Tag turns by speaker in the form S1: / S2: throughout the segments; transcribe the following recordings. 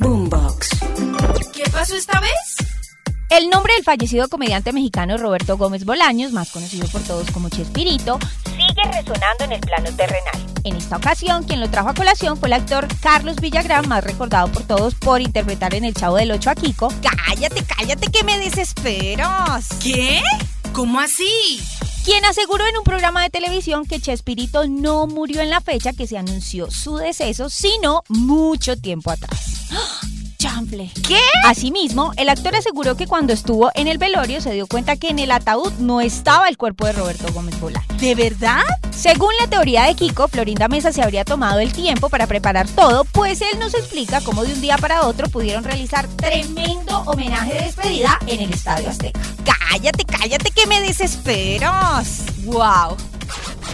S1: Boombox.
S2: ¿Qué pasó esta vez?
S3: El nombre del fallecido comediante mexicano Roberto Gómez Bolaños, más conocido por todos como Chespirito, sigue resonando en el plano terrenal. En esta ocasión, quien lo trajo a colación fue el actor Carlos Villagrán, más recordado por todos por interpretar en El Chavo del Ocho a Kiko. ¡Cállate, cállate, que me desesperas!
S2: ¿Qué? ¿Cómo así?
S3: quien aseguró en un programa de televisión que Chespirito no murió en la fecha que se anunció su deceso, sino mucho tiempo atrás. ¡Ah! ¡Chanfle!
S2: ¿Qué?
S3: Asimismo, el actor aseguró que cuando estuvo en el velorio se dio cuenta que en el ataúd no estaba el cuerpo de Roberto Gómez Bolaños.
S2: ¿De verdad?
S3: Según la teoría de Kiko, Florinda Mesa se habría tomado el tiempo para preparar todo, pues él nos explica cómo de un día para otro pudieron realizar tremendo homenaje de despedida en el Estadio Azteca. ¡Cállate, cállate que me desesperas! ¡Wow!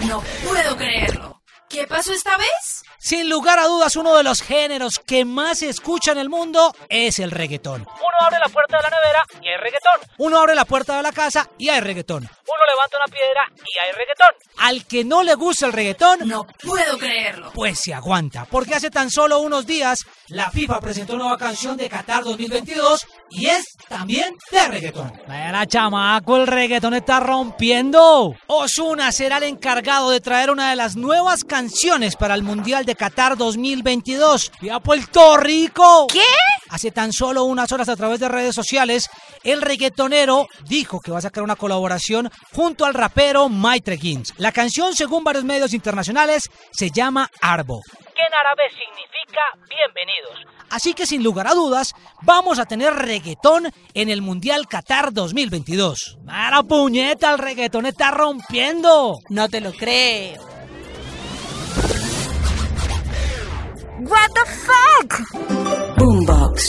S2: No puedo creerlo. ¿Qué pasó esta vez?
S4: Sin lugar a dudas, uno de los géneros que más se escucha en el mundo es el reggaetón. Uno abre la puerta de la nevera y hay reggaetón. Uno abre la puerta de la casa y hay reggaetón. Uno levanta una piedra y hay reggaetón. Al que no le gusta el reggaetón,
S2: No puedo creerlo.
S4: pues se aguanta, porque hace tan solo unos días la FIFA presentó nueva canción de Qatar 2022 y es también de reggaetón. Vaya chamaco, el reggaetón está rompiendo. Osuna será el encargado de traer una de las nuevas canciones para el Mundial de Qatar 2022. ¡Viva Puerto Rico!
S2: ¿Qué?
S4: Hace tan solo unas horas a través de redes sociales, el reggaetonero dijo que va a sacar una colaboración junto al rapero Maitre Kings. La canción, según varios medios internacionales, se llama Arbo, que en árabe significa bienvenidos. Así que sin lugar a dudas, vamos a tener reggaetón en el Mundial Qatar 2022. ¡Mara puñeta! El reggaetón está rompiendo.
S2: No te lo creo.
S1: Boombox.